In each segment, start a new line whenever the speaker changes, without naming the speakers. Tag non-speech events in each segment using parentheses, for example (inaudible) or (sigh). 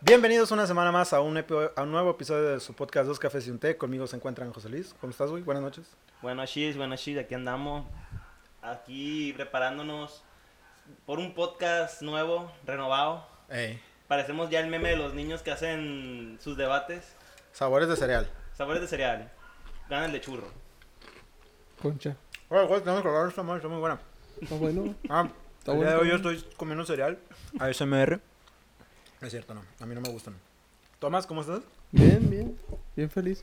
Bienvenidos una semana más a un, epi- a un nuevo episodio de su podcast Dos Cafés y un Té. Conmigo se encuentran José Luis. ¿Cómo estás, güey? Buenas noches.
Buenas noches, buenas noches, aquí andamos, aquí preparándonos por un podcast nuevo, renovado. Parecemos ya el meme de los niños que hacen sus debates.
Sabores de cereal.
Sabores de cereal, ganas de churro.
Concha.
Hola, güey, tenemos que hablar, está muy, está muy buena.
Está bueno.
(laughs) Ah,
Está
el día
bueno,
de
está
hoy yo
bueno.
estoy comiendo cereal. ASMR. Es cierto, no. A mí no me gustan. Tomás, ¿cómo estás?
Bien, bien. Bien feliz.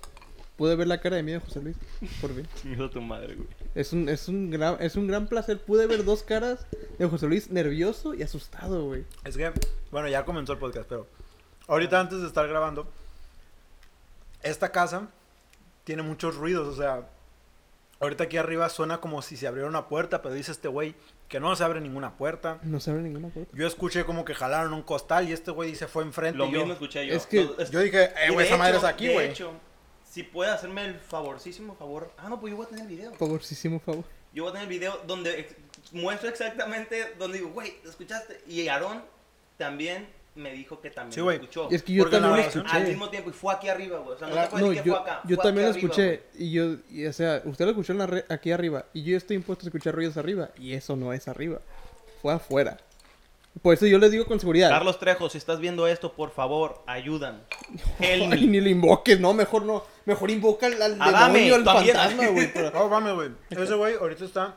Pude ver la cara de miedo de José Luis. Por fin.
(laughs) Hijo de tu madre, güey.
Es un, es un gran, es un gran placer. Pude ver dos caras de José Luis nervioso y asustado, güey.
Es que, bueno, ya comenzó el podcast, pero ahorita antes de estar grabando, esta casa tiene muchos ruidos, o sea, ahorita aquí arriba suena como si se abriera una puerta, pero dice este güey que no se abre ninguna puerta.
No se abre ninguna puerta.
Yo escuché como que jalaron un costal y este güey dice fue enfrente.
Lo
y yo,
mismo escuché yo.
Es que
Todo- es-
yo dije, eh,
y
güey,
de
esa madre
hecho,
es aquí,
de
güey.
hecho, si puede hacerme el favorcísimo favor. Ah, no, pues yo voy a tener el video.
Favorcísimo favor.
Yo voy a tener el video donde ex- muestro exactamente donde digo, güey, ¿escuchaste? Y Aarón también me dijo que también
Sí,
lo
güey.
escuchó.
Y es que yo
Porque la
también lo
grabación-
Al
escuché.
mismo tiempo, y fue aquí arriba, güey. O sea, no
La-
te puedes
No,
decir que
yo,
fue acá.
yo
fue
también lo
aquí arriba,
escuché.
güey.
Y yo, y, o sea, usted lo escuchó en la re- aquí arriba. Y yo estoy impuesto a escuchar ruidos arriba. Y eso no es arriba. Fue afuera. Por eso yo les digo con seguridad.
Carlos Trejo, si estás viendo esto, por favor,
(laughs)
ayúdame. Help
Ay,
me.
ni le invoques, no, mejor no. Mejor invoca al,
Ah,
al
Adame,
demonio, al
también.
fantasma, güey. pero-
No, mames, Oh,
(laughs)
güey. Ese güey ahorita está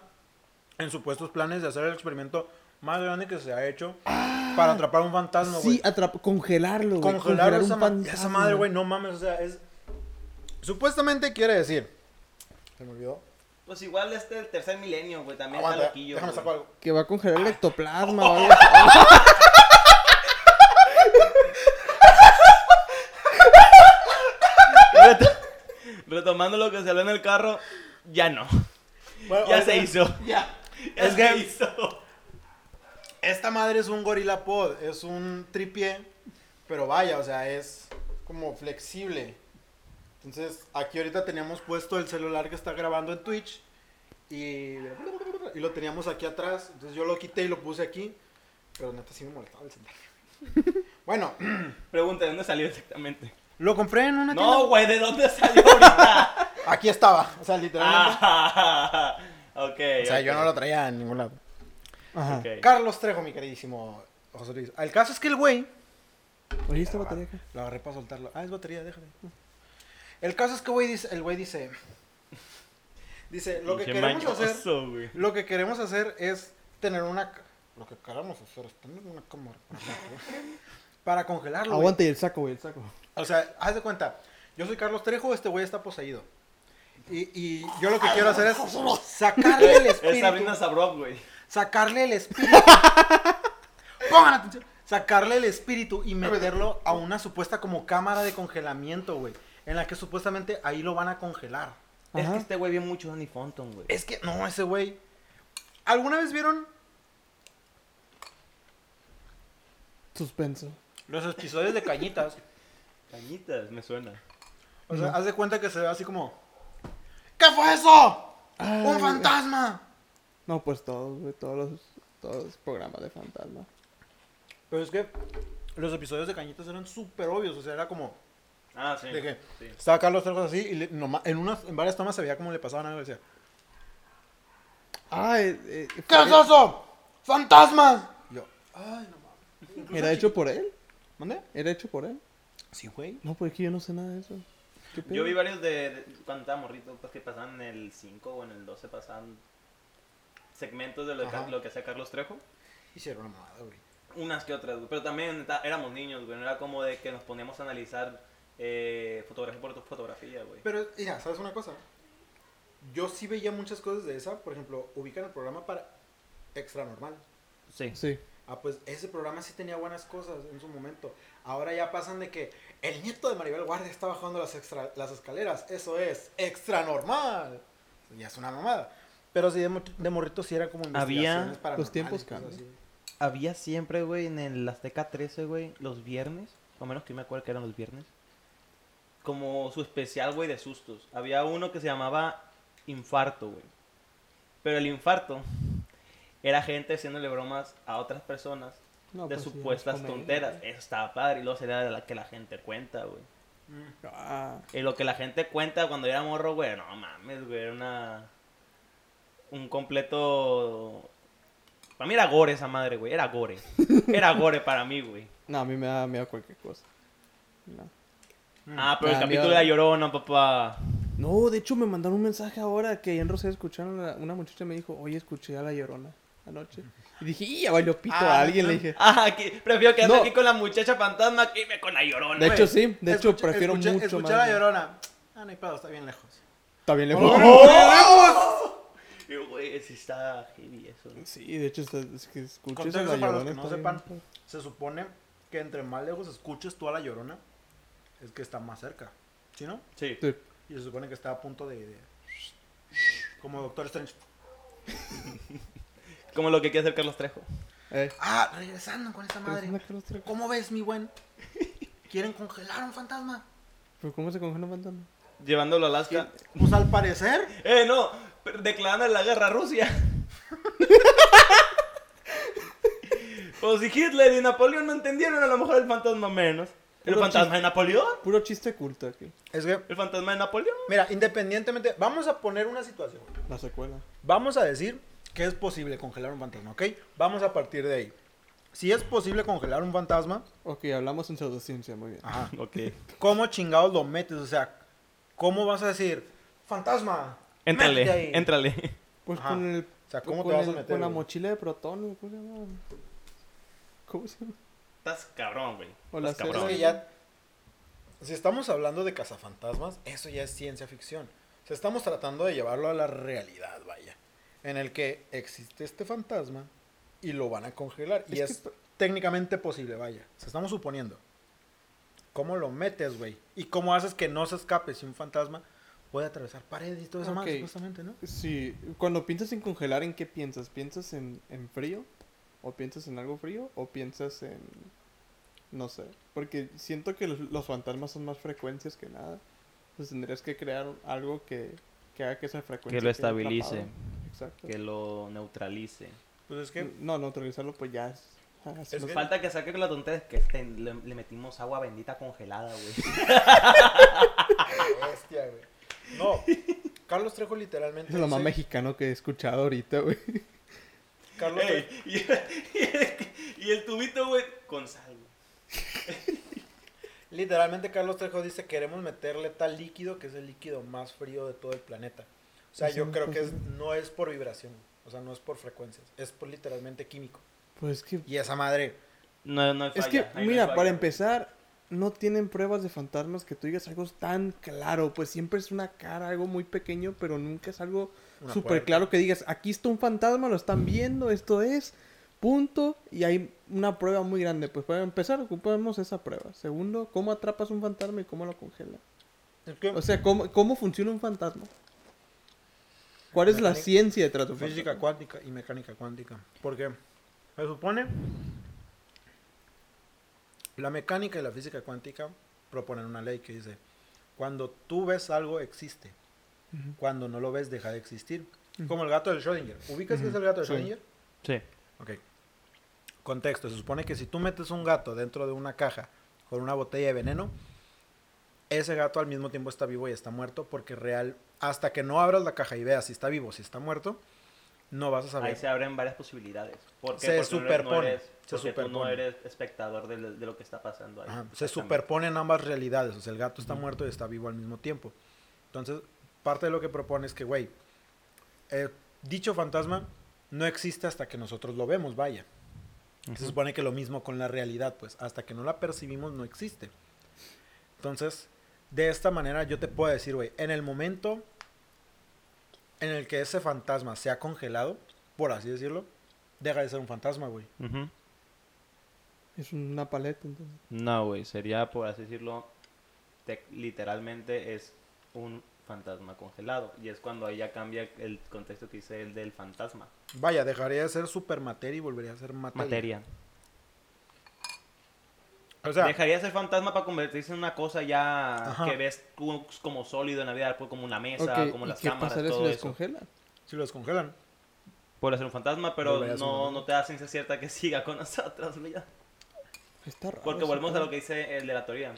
en supuestos planes de hacer el experimento más grande que se ha hecho para atrapar un (laughs) fantasma, güey.
Sí, atrapa, congelarlo, güey.
congelar
congelar
esa,
un
ma-
fantasma.
esa madre, güey, no mames, o sea, es... Supuestamente quiere decir... Se me olvidó.
Pues igual este el tercer milenio, güey, también está
Aguanta,
loquillo.
déjame
güey.
saco
(laughs)
algo.
Que va a congelar el
(laughs)
ectoplasma, o algo así.
Reto- Retomando lo que se habló en el carro, ya
(laughs)
no.
Bueno,
Ya
ahorita- (laughs)
se hizo.
Ya.
Ya
Es
se
que-
hizo.
Esta madre es un gorila pod, es un tripié, pero vaya, o sea, es como flexible. Entonces, aquí ahorita teníamos puesto el celular que está grabando en Twitch y, y lo teníamos aquí atrás. Entonces yo lo quité y lo puse aquí, pero neta sí me molestaba el celular. (laughs) Bueno, (clears throat)
Pregunta, ¿de dónde salió exactamente?
lo compré en una tienda.
No, güey, ¿de dónde salió ahorita?
(laughs) Aquí estaba, o sea, literalmente.
Ah, (laughs) ok.
o sea, yo no lo traía en ningún lado.
Ajá.
Carlos Trejo, mi queridísimo José Luis. El caso es que el güey
Oye, esta batería acá.
Lo agarré para soltarlo. Ah, es batería, déjale. El caso es que güey dice, el güey dice. Dice, lo que queremos hacer.
güey.
Lo que queremos hacer es tener una. ca- Lo que queremos hacer es tener una cámara. (laughs) Para congelarlo. güey.
Aguanta y el saco, güey, el saco.
O sea, haz de cuenta. Yo soy Carlos Trejo, este güey está poseído. Y, y yo lo que quiero hacer es sacarle
(laughs)
el
Es Sabrina
espíritu.
Sabrov, güey.
Sacarle el (laughs) espíritu. Pongan atención. Sacarle el espíritu y meterlo a una supuesta como cámara de congelamiento, güey. En la que supuestamente ahí lo van a congelar.
Es
Ajá.
que este güey vio mucho Danny Fonton, güey.
Es que, no, ese güey. ¿Alguna vez vieron
Suspenso.
los episodios de Cañitas?
Cañitas, me suena.
O sea,
No.
haz de cuenta que se ve así como. ¿Qué fue eso?
Ay,
¡Un
güey.
fantasma!
No, pues todos, güey, todos los, todos los programas de fantasma.
Pero es que los episodios de Cañitas eran súper obvios. O sea, era como.
Ah, sí.
De que
Sí.
estaba Carlos Trejo así y le- nomás- en, unas, en varias tomas se veía como le pasaban algo y decía.
Ah, eh, eh,
¿Qué es
fue-
eso? ¡Fantasmas! Yo, ay, no mames.
¿Era hecho por él?
¿Mande?
¿Era hecho por él?
Sí, güey.
No, porque yo no sé nada de eso. ¿Qué pedo?
Yo vi varios de, de- cuando estaba morrito, pues que pasaban en el 5 o en el 12, pasaban segmentos de lo, de
Ajá.
Car- lo que hacía Carlos Trejo.
Hicieron una mamada, güey.
Unas que otras, güey. Pero también ta- éramos niños, güey. No era como de que nos poníamos a analizar eh, fotografía por fotografía, güey.
Pero, mira, ¿sabes una cosa? Yo sí veía muchas cosas de esa. Por ejemplo, ubican el programa para Extra Normal.
Sí.
Sí.
Ah, pues ese programa sí tenía buenas cosas en su momento. Ahora ya pasan de que el nieto de Maribel Guardia está bajando las, extra- las escaleras. Eso es extra normal. Ya es una mamada. Pero sí, de, mo- de morrito sí era como investigaciones paranormales,
tiempos
cosas
cambian.
así.
Había siempre, güey, en el Azteca 13, güey, los viernes, o menos que yo me acuerdo que eran los viernes, como su especial, güey, de sustos. Había uno que se llamaba Infarto, güey. (laughs) Pero el infarto era gente haciéndole bromas a otras personas
No,
de
pues sí,
supuestas
comedia,
tonteras.
güey.
Eso estaba padre. Y luego sería de la que la gente cuenta, güey.
Ah,
Y lo que la gente cuenta cuando era morro, güey, no mames, güey, era una... Un completo... Para mí era gore esa madre, güey, era gore. Era gore para mí, güey.
no, a mí me da miedo cualquier cosa. No.
Ah, pero el
Ah,
capítulo de
mira.
la llorona, papá.
No, de hecho me mandaron un mensaje ahora que en Rosario escucharon a una muchacha me dijo, oye, escuché a la llorona anoche. Y dije, "Y, ya bailó pito
Ah,
a alguien,
no.
le dije.
Ah, aquí, prefiero que
No.
aquí con la muchacha fantasma que irme con la llorona.
De
güey.
pues,
hecho, sí, de hecho
Escucha-
prefiero
escucha-
mucho
escuchar
más.
a Llorona. Ah, no hay pedo, está bien lejos.
También le
Y, güey, sí está heavy eso.
Sí, de hecho, está- es que escuches a
Contexto
la
para los
llorona.
que no
está bien.
sepan, se supone que entre más lejos escuches tú a la Llorona, es que está más cerca. ¿Sí, no?
Sí.
Sí.
Y se supone que está a punto de... de- Como Doctor Strange.
Como lo que quiere hacer Carlos Trejo.
Eh,
Ah, regresando con esta
pero es
madre.
una cruz, creo.
¿Cómo ves, mi buen? ¿Quieren congelar a un fantasma?
¿Pero cómo se congela un fantasma?
Llevándolo a Alaska.
Pues al parecer...
(laughs) Eh, no, pero declarando la guerra a (laughs) Rusia. o si Hitler y Napoleón no entendieron, a lo mejor el fantasma menos. ¿El
Puro
fantasma de Napoleón?
Puro chiste culto aquí.
Es que...
¿El fantasma de Napoleón?
Mira, independientemente... Vamos a poner una situación.
La secuela.
Vamos a decir que es posible congelar un fantasma, ¿ok? Vamos a partir de ahí. Si es posible congelar un fantasma,
Ok, hablamos en pseudociencia, muy bien.
ajá,
Ok.
¿cómo chingados lo metes? O sea, ¿cómo vas a decir, fantasma? métete ahí"?
Éntrale, éntrale.
Pues
Ajá.
con el.
O sea, ¿cómo
con
te vas a
el-
meter,
Con la
güey?
mochila de protón, ¿cómo se llama? ¿Cómo se llama?
Estás cabrón, güey.
O la
Estás
Es
cabrón.
que ya- Si estamos hablando de cazafantasmas, eso ya es ciencia ficción. O sea, estamos tratando de llevarlo a la realidad, vaya. En el que existe este fantasma y lo van a congelar. Y
Es
es,
que-
técnicamente posible, vaya. O sea, estamos suponiendo. ¿Cómo lo metes, güey? ¿Y cómo haces que no se escape si un fantasma puede atravesar paredes y todo eso más,
Ok.
supuestamente, no?
Sí, cuando piensas en congelar, ¿en qué piensas? ¿Piensas en, en frío? ¿O piensas en algo frío? ¿O piensas en... No sé, porque siento que los, los fantasmas son más frecuencias que nada. Entonces tendrías que crear un- algo que, que haga que esa frecuencia... quede
estabilice.
atrapada. Exacto.
Que lo neutralice.
Pues es
N- No, neutralizarlo pues ya (laughs) es... ya es
Es
más-
que-
Falta que saque con la tontería de que este- le, le metimos agua bendita congelada, güey.
Bestia, güey. No, Carlos Trejo literalmente...
Es lo más
dice-
mexicano que he escuchado ahorita, güey.
Carlos Trejo-
Ey, y, y el tubito, güey, con sal. güey.
Literalmente Carlos Trejo dice queremos meterle tal líquido que es el líquido más frío de todo el planeta. O sea,
Eso
yo
no
creo
es
que es-
posible.
no es por vibración, o sea, no es por frecuencias, es por literalmente químico.
Pues es que...
Y esa madre,
No, no hay
Es
falla,
que,
ahí no hay
mira,
falla.
para empezar, no tienen pruebas de fantasmas que tú digas algo tan claro. Pues siempre es una cara, algo muy pequeño, pero nunca es algo
Una
súper
puerta.
claro que digas, aquí está un fantasma, lo están viendo, esto es, punto. Y hay una prueba muy grande. Pues para empezar, ocupamos esa prueba. Segundo, ¿cómo atrapas un fantasma y cómo lo congelas?
es que
O sea, ¿cómo, cómo funciona un fantasma? ¿Cuál es la
Mecánica-
ciencia detrás de un
física
fantasma?
cuántica y mecánica cuántica, porque se supone la mecánica y la física cuántica proponen una ley que dice, cuando tú ves algo existe,
Ujú.
cuando no lo ves deja de existir,
Ujú.
como el gato de Schrödinger. ¿Ubicas que es el gato de
Sí.
Schrödinger?
Sí.
Ok. Contexto. Se supone que si tú metes un gato dentro de una caja con una botella de veneno, ese gato al mismo tiempo está vivo y está muerto porque real, hasta que no abras la caja y veas si está vivo, si está muerto, no vas a saber.
Ahí se abren varias posibilidades. ¿Por
Se
qué? Porque no- no
superpone,
eres-
se
porque tú no
superpone.
eres espectador de, de lo que está pasando ahí.
Ajá, se
Exactamente.
superponen ambas realidades. O sea, el gato está muerto y está vivo al mismo tiempo. Entonces, parte de lo que propone es que, güey, eh, dicho fantasma no existe hasta que nosotros lo vemos, vaya. Se supone que lo mismo con la realidad, pues, hasta que no la percibimos no existe. Entonces, de esta manera yo te puedo decir, güey, en el momento en el que ese fantasma se ha congelado, por así decirlo, deja de ser un fantasma, güey.
Ujú.
Es una paleta, entonces.
No, güey, sería, por así decirlo, te- literalmente es un fantasma congelado. Y es cuando ahí ya cambia el contexto que dice el del fantasma.
Vaya, dejaría de ser supermateria y volvería a ser materia.
Materia.
O sea,
Dejaría de ser fantasma para convertirse en una cosa ya
Ajá.
que ves tú como sólido en la vida, pues, como una mesa,
Ok,
como
¿y
las
qué
cámaras,
pasaría si
todo
los
eso.
congela?
si los congelan.
Podría ser un fantasma, pero
Volvería a su
no,
mundo.
no te da ciencia cierta que siga con (laughs) nosotros, mira.
Está raro.
Porque
ese
volvemos a
pedo.
lo que dice el de la teoría.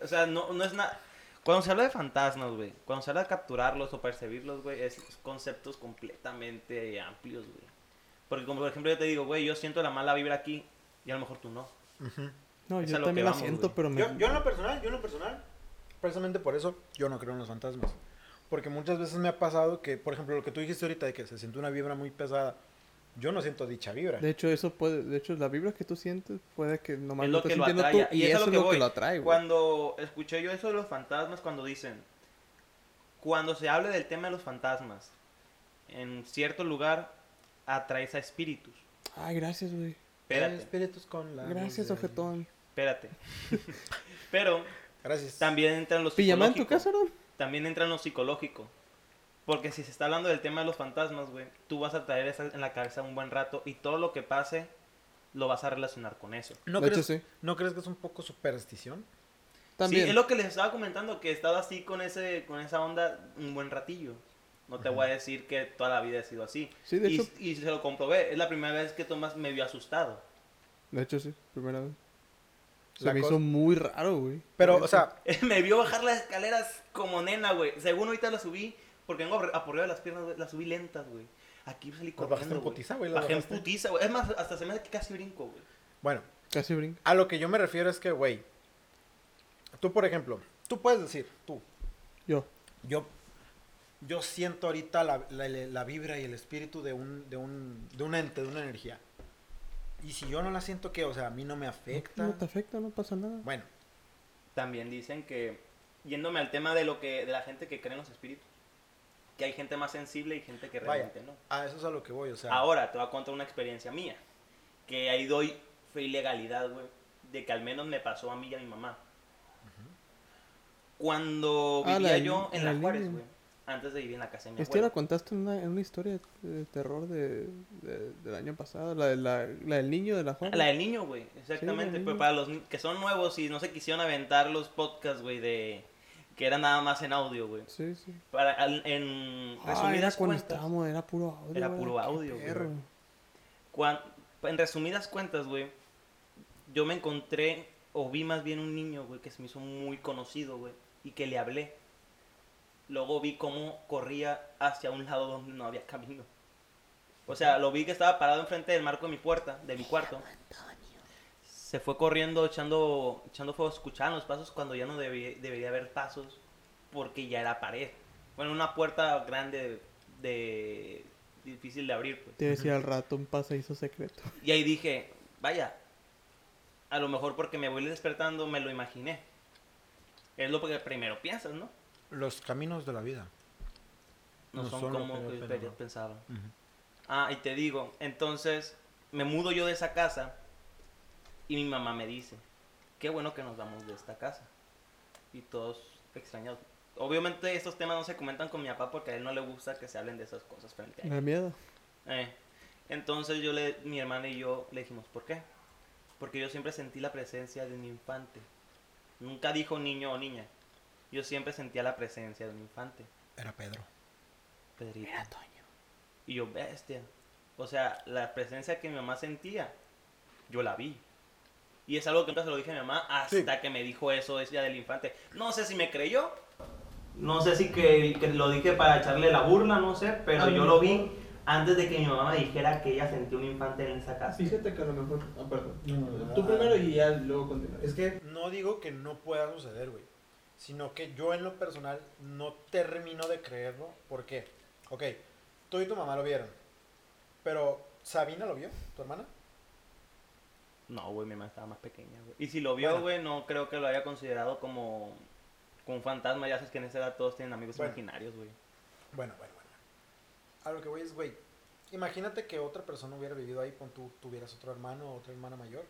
O sea, no, no es nada. Cuando se habla de fantasmas, güey, cuando se habla de capturarlos o percibirlos, güey, es conceptos completamente amplios, güey. Porque, como por ejemplo, yo te digo, güey, yo siento la mala vibra aquí y a lo mejor tú no.
No,
es
yo
a lo que
también la
vamos,
siento,
güey.
pero me.
Yo, yo en lo personal, yo en lo personal, precisamente por eso, yo no creo en los fantasmas. Porque muchas veces me ha pasado que, por ejemplo, lo que tú dijiste ahorita de que se siente una vibra muy pesada, yo no siento dicha vibra.
De hecho, eso puede. De hecho, la vibra que tú sientes puede que nomás
es lo
no estés
que lo
sintiendo
atrae.
tú.
Y, es a lo que,
es lo
voy.
que lo atrae, güey.
Cuando escuché yo eso de los fantasmas, cuando dicen, cuando se habla del tema de los fantasmas, en cierto lugar atraes a espíritus.
Ay, gracias, güey.
Espérate,
Espíritus con la luz
Gracias,
del-
ojetón.
espérate. (laughs) Pero
Gracias.
también entran los
¿Pijama en tu casa, no?
también entra en lo psicológico. Porque si se está hablando del tema de los fantasmas, güey, tú vas a traer esa en la cabeza un buen rato y todo lo que pase lo vas a relacionar con eso.
¿No,
De
crees,
hecho, sí.
¿No crees que es un poco superstición?
También.
Sí, es lo que les estaba comentando, que he estado así con, ese, con esa onda un buen ratillo. No te voy a decir que toda la vida he sido así.
Sí, de
y,
hecho-
y se lo comprobé. Es la primera vez que Tomás me vio asustado.
De hecho, sí. Primera vez. Se
La
me
cosa-
hizo muy raro, güey.
Pero,
Por
o
eso.
sea,
(laughs) me vio bajar las escaleras como nena, güey. Según ahorita la subí, porque vengo apor- aporreado de las piernas, güey. Las subí lentas, güey. Aquí salí
Pues
corriendo,
bajaste en
güey.
putiza, güey, la
Bajé en
bajaste.
putiza, güey. Es más, hasta se me hace que casi brinco, güey.
bueno,
Casi brinca.
a lo que yo me refiero es que, güey, tú, por ejemplo, tú puedes decir, tú,
Yo.
yo, yo siento ahorita la, la- la vibra y el espíritu de un, de, un, de un ente, de una energía. Y si yo no la siento, que, O sea, a mí no me afecta.
No te afecta, no pasa nada.
Bueno,
También dicen que, yéndome al tema de lo que de la gente que cree en los espíritus, que hay gente más sensible y gente que
Vaya.
realmente no.
a eso es a lo que voy, o sea.
Ahora te voy a contar una experiencia mía, que ahí doy fe y legalidad, güey, de que al menos me pasó a mí y a mi mamá. Cuando
Ah,
vivía
la
yo
li-
en
la
la Juárez,
línea.
güey, antes de vivir en la casa de mi
Esto Este, ya
abuela.
la contaste en una, en una historia de terror de, de- del año pasado, la, de la, la del niño de la Juana.
Ah, La del niño, güey, exactamente.
del
pero
niño.
para los ni- que son nuevos y no se quisieron aventar los podcasts, güey, de que era nada más en audio, güey.
Sí, sí.
Para al- en
Ah, era
resumidas
cuando
cuentas,
estábamos, era puro audio.
Era
güey,
puro
qué
audio, güey.
perro.
cuan- en resumidas cuentas, güey, yo me encontré o vi más bien un niño, güey, que se me hizo muy conocido, güey, y que le hablé. Luego vi cómo corría hacia un lado donde no había camino. O sea, lo vi que estaba parado enfrente del marco de mi puerta, de mi cuarto. Se fue corriendo, echando, echando fuego, escuchaban los pasos cuando ya no debí- debería haber pasos, porque ya era pared. Bueno, una puerta grande de, difícil de abrir. Pues.
Te decía al rato un pasadizo secreto.
Y ahí dije, vaya, a lo mejor porque me voy despertando me lo imaginé. Es lo que primero piensas, ¿no?
Los caminos de la vida.
No,
No
son,
son lo
como
que yo
yo
pensaba.
pensaba. Ah, y te digo, entonces me mudo yo de esa casa y mi mamá me dice, qué bueno que nos vamos de esta casa. Y todos extrañados. Obviamente estos temas no se comentan con mi papá porque a él no le gusta que se hablen de esas cosas frente a él.
Me da miedo.
Eh, entonces yo le, mi hermana y yo le dijimos, ¿por qué? Porque yo siempre sentí la presencia de un infante. Nunca dijo niño o niña. Yo siempre sentía la presencia de un infante.
Era Pedro.
Pedrito. Y yo, bestia. O sea, la presencia que mi mamá sentía, yo la vi. Y es algo que nunca se lo dije a mi mamá hasta que me dijo eso ella del infante. No sé si me creyó. No sé si que, que lo dije para echarle la burla, no sé, pero yo lo vi antes de que mi mamá me dijera que ella sentía un infante en esa casa.
Fíjate que a lo mejor. Ah, perdón.
No, no, no.
Tú primero y ya luego continúa.
Es que no digo que no pueda suceder, güey. Sino que yo en lo personal no termino de creerlo. ¿Por qué? Ok, tú y tu mamá lo vieron. Pero, ¿Sabina lo vio? ¿Tu hermana?
No, güey, mi mamá estaba más pequeña, güey. Y si lo vio,
Bueno.
güey, no creo que lo haya considerado como, como un fantasma. Ya sabes que en esa edad todos tienen amigos
Bueno.
imaginarios, güey.
Bueno, bueno, bueno. A lo que voy es, güey. Imagínate que otra persona hubiera vivido ahí, pon tú tuvieras otro hermano o otra hermana mayor.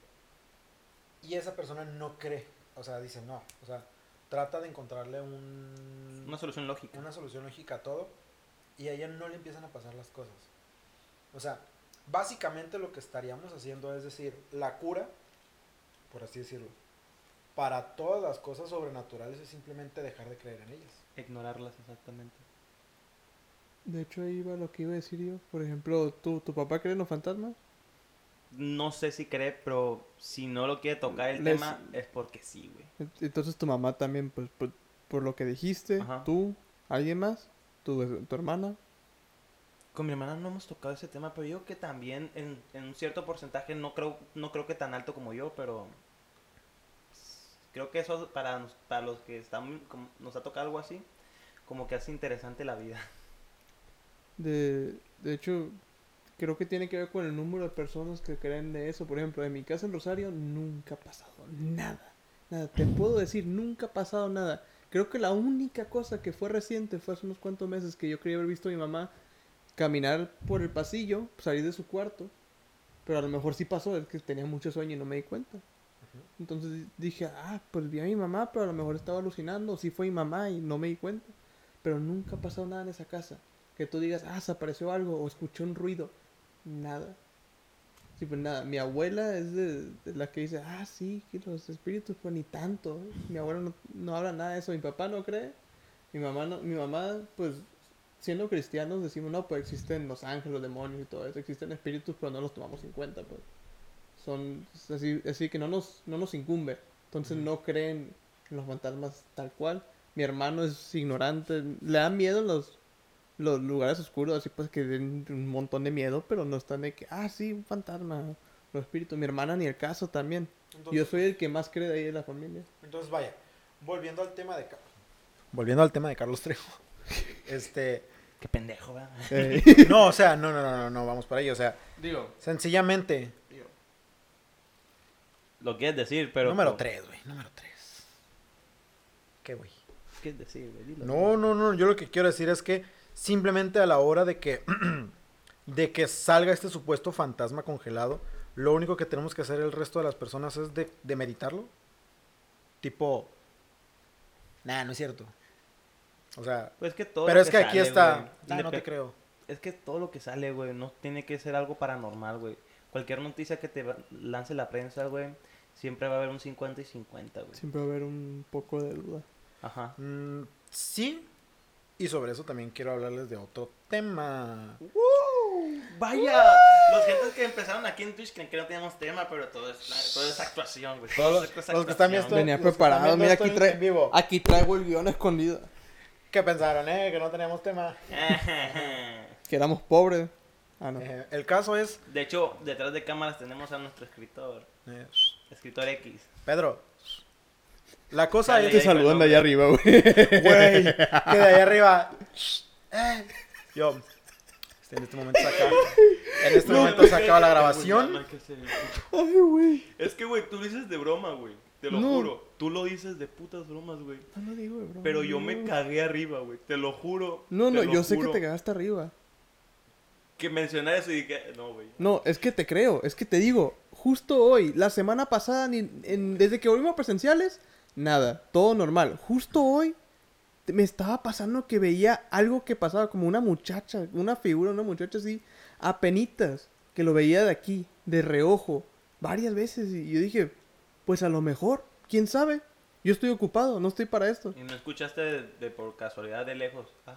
Y esa persona no cree. O sea, dice no. O sea, trata de encontrarle un.
Una solución lógica.
una solución lógica a todo y a ella no le empiezan a pasar las cosas. O sea, básicamente lo que estaríamos haciendo es decir, la cura, por así decirlo, para todas las cosas sobrenaturales es simplemente dejar de creer en ellas.
Ignorarlas exactamente.
De hecho, ahí va lo que iba a decir yo. Por ejemplo, ¿tú, ¿tu papá cree en los fantasmas?
No sé si cree, pero si no lo quiere tocar el
Les-
tema es porque sí, güey.
Ent- Entonces tu mamá también, pues, por, por lo que dijiste,
Ajá.
tú, alguien más, tu, tu hermana.
Con mi hermana no hemos tocado ese tema, pero yo que también en, en un cierto porcentaje no creo, no creo que tan alto como yo, pero pues, creo que eso para, nos- para los que están, como- nos ha tocado algo así, como que hace interesante la vida.
De, de hecho, creo que tiene que ver con el número de personas que creen de eso. Por ejemplo, en mi casa en Rosario nunca ha pasado nada. Nada, te puedo decir, nunca ha pasado nada. Creo que la única cosa que fue reciente fue hace unos cuantos meses que yo creí haber visto a mi mamá caminar por el pasillo, salir de su cuarto. Pero a lo mejor sí pasó, es que tenía mucho sueño y no me di cuenta. Entonces dije, ah, pues vi a mi mamá, pero a lo mejor estaba alucinando, sí fue mi mamá y no me di cuenta. Pero nunca ha pasado nada en esa casa. Que tú digas, ah, se apareció algo o escuché un ruido. Nada. Sí, pues nada. Mi abuela es de, de la que dice, ah, sí, que los espíritus, pues ni tanto. Mi abuela no, no habla nada de eso. Mi papá no cree. Mi mamá, no, mi mamá, pues, siendo cristianos, decimos, no, pues existen los ángeles, los demonios y todo eso. Existen espíritus, pero no los tomamos en cuenta, pues. Son es así, así que no nos, no nos incumbe. Entonces no creen en los fantasmas tal cual. Mi hermano es ignorante. Le da miedo los los lugares oscuros, así pues que den un montón de miedo, pero no están de que, ah, sí, un fantasma, los espíritus. Mi hermana ni el caso también. Yo
Entonces,
soy el que más cree de ahí de la familia.
entonces, vaya, volviendo al tema de Ca- Volviendo al tema de Carlos Trejo. (laughs) Este,
Qué pendejo, ¿verdad?
no, o sea, no, no, no, no, no, vamos para ello, o sea,
Digo,
sencillamente,
Lo quieres decir, pero... pues,
número
pero-
3, güey, número 3. ¿Qué, güey?
¿Quieres decir, güey? Dilo.
No, no, no, yo lo que quiero decir es que simplemente a la hora de que (clears throat) de que salga este supuesto fantasma congelado, lo único que tenemos que hacer el resto de las personas es de, de meditarlo. Tipo, nah, no es cierto. O sea,
Pues es que Ah, todo
pero
lo
es que aquí
sale, güey,
está, "Nah, no
independ-
te creo.
Es que todo lo que sale, güey, no tiene que ser algo paranormal, güey. Cualquier noticia que te va- lance la prensa, güey, siempre va a haber un 50 y 50, güey.
siempre va a haber un poco de duda.
Ajá.
Mm, sí. Y sobre eso también quiero hablarles de otro tema.
¡Vaya! Los gentes que empezaron aquí en Twitch creen que no teníamos tema, pero todo es, todo es actuación, güey.
Todos
Todo es
los que están
actuación,
viendo-
güey.
Venía
los que
preparado,
están viendo
mira,
esto
aquí,
en-
trae-
en vivo.
aquí traigo el guión escondido.
¿Qué pensaron, eh? Que no teníamos tema.
Que éramos pobres. Ah, no.
Eh, el caso es...
De hecho, detrás de cámaras tenemos a nuestro escritor,
eh,
escritor X.
Pedro, la cosa
Dale,
es...
Te saludan de allá arriba, güey.
Güey, que de ahí arriba. eh, Yo. este, En este momento se acaba. En este momento se acaba la grabación.
(laughs) Ay, güey.
(laughs) Es que, güey, tú lo dices de broma, güey. Te lo
No.
juro. Tú lo dices de putas bromas, güey.
No lo digo, bro.
Pero yo me cagué arriba, güey. Te lo juro.
Mm. No,
te
no,
lo
yo sé que
juro,
te cagaste arriba.
Que mencionar eso y dije, no, güey.
No, es que te creo, es que te digo, justo hoy, la semana pasada, ni- en- desde que volvimos a presenciales, nada, todo normal. Justo hoy te- me estaba pasando que veía algo que pasaba, como una muchacha, una figura, una muchacha así, apenitas, que lo veía de aquí, de reojo, varias veces, y yo dije, pues a lo mejor, quién sabe, yo estoy ocupado, no estoy para esto.
Y no escuchaste de, de por casualidad de lejos. Ay,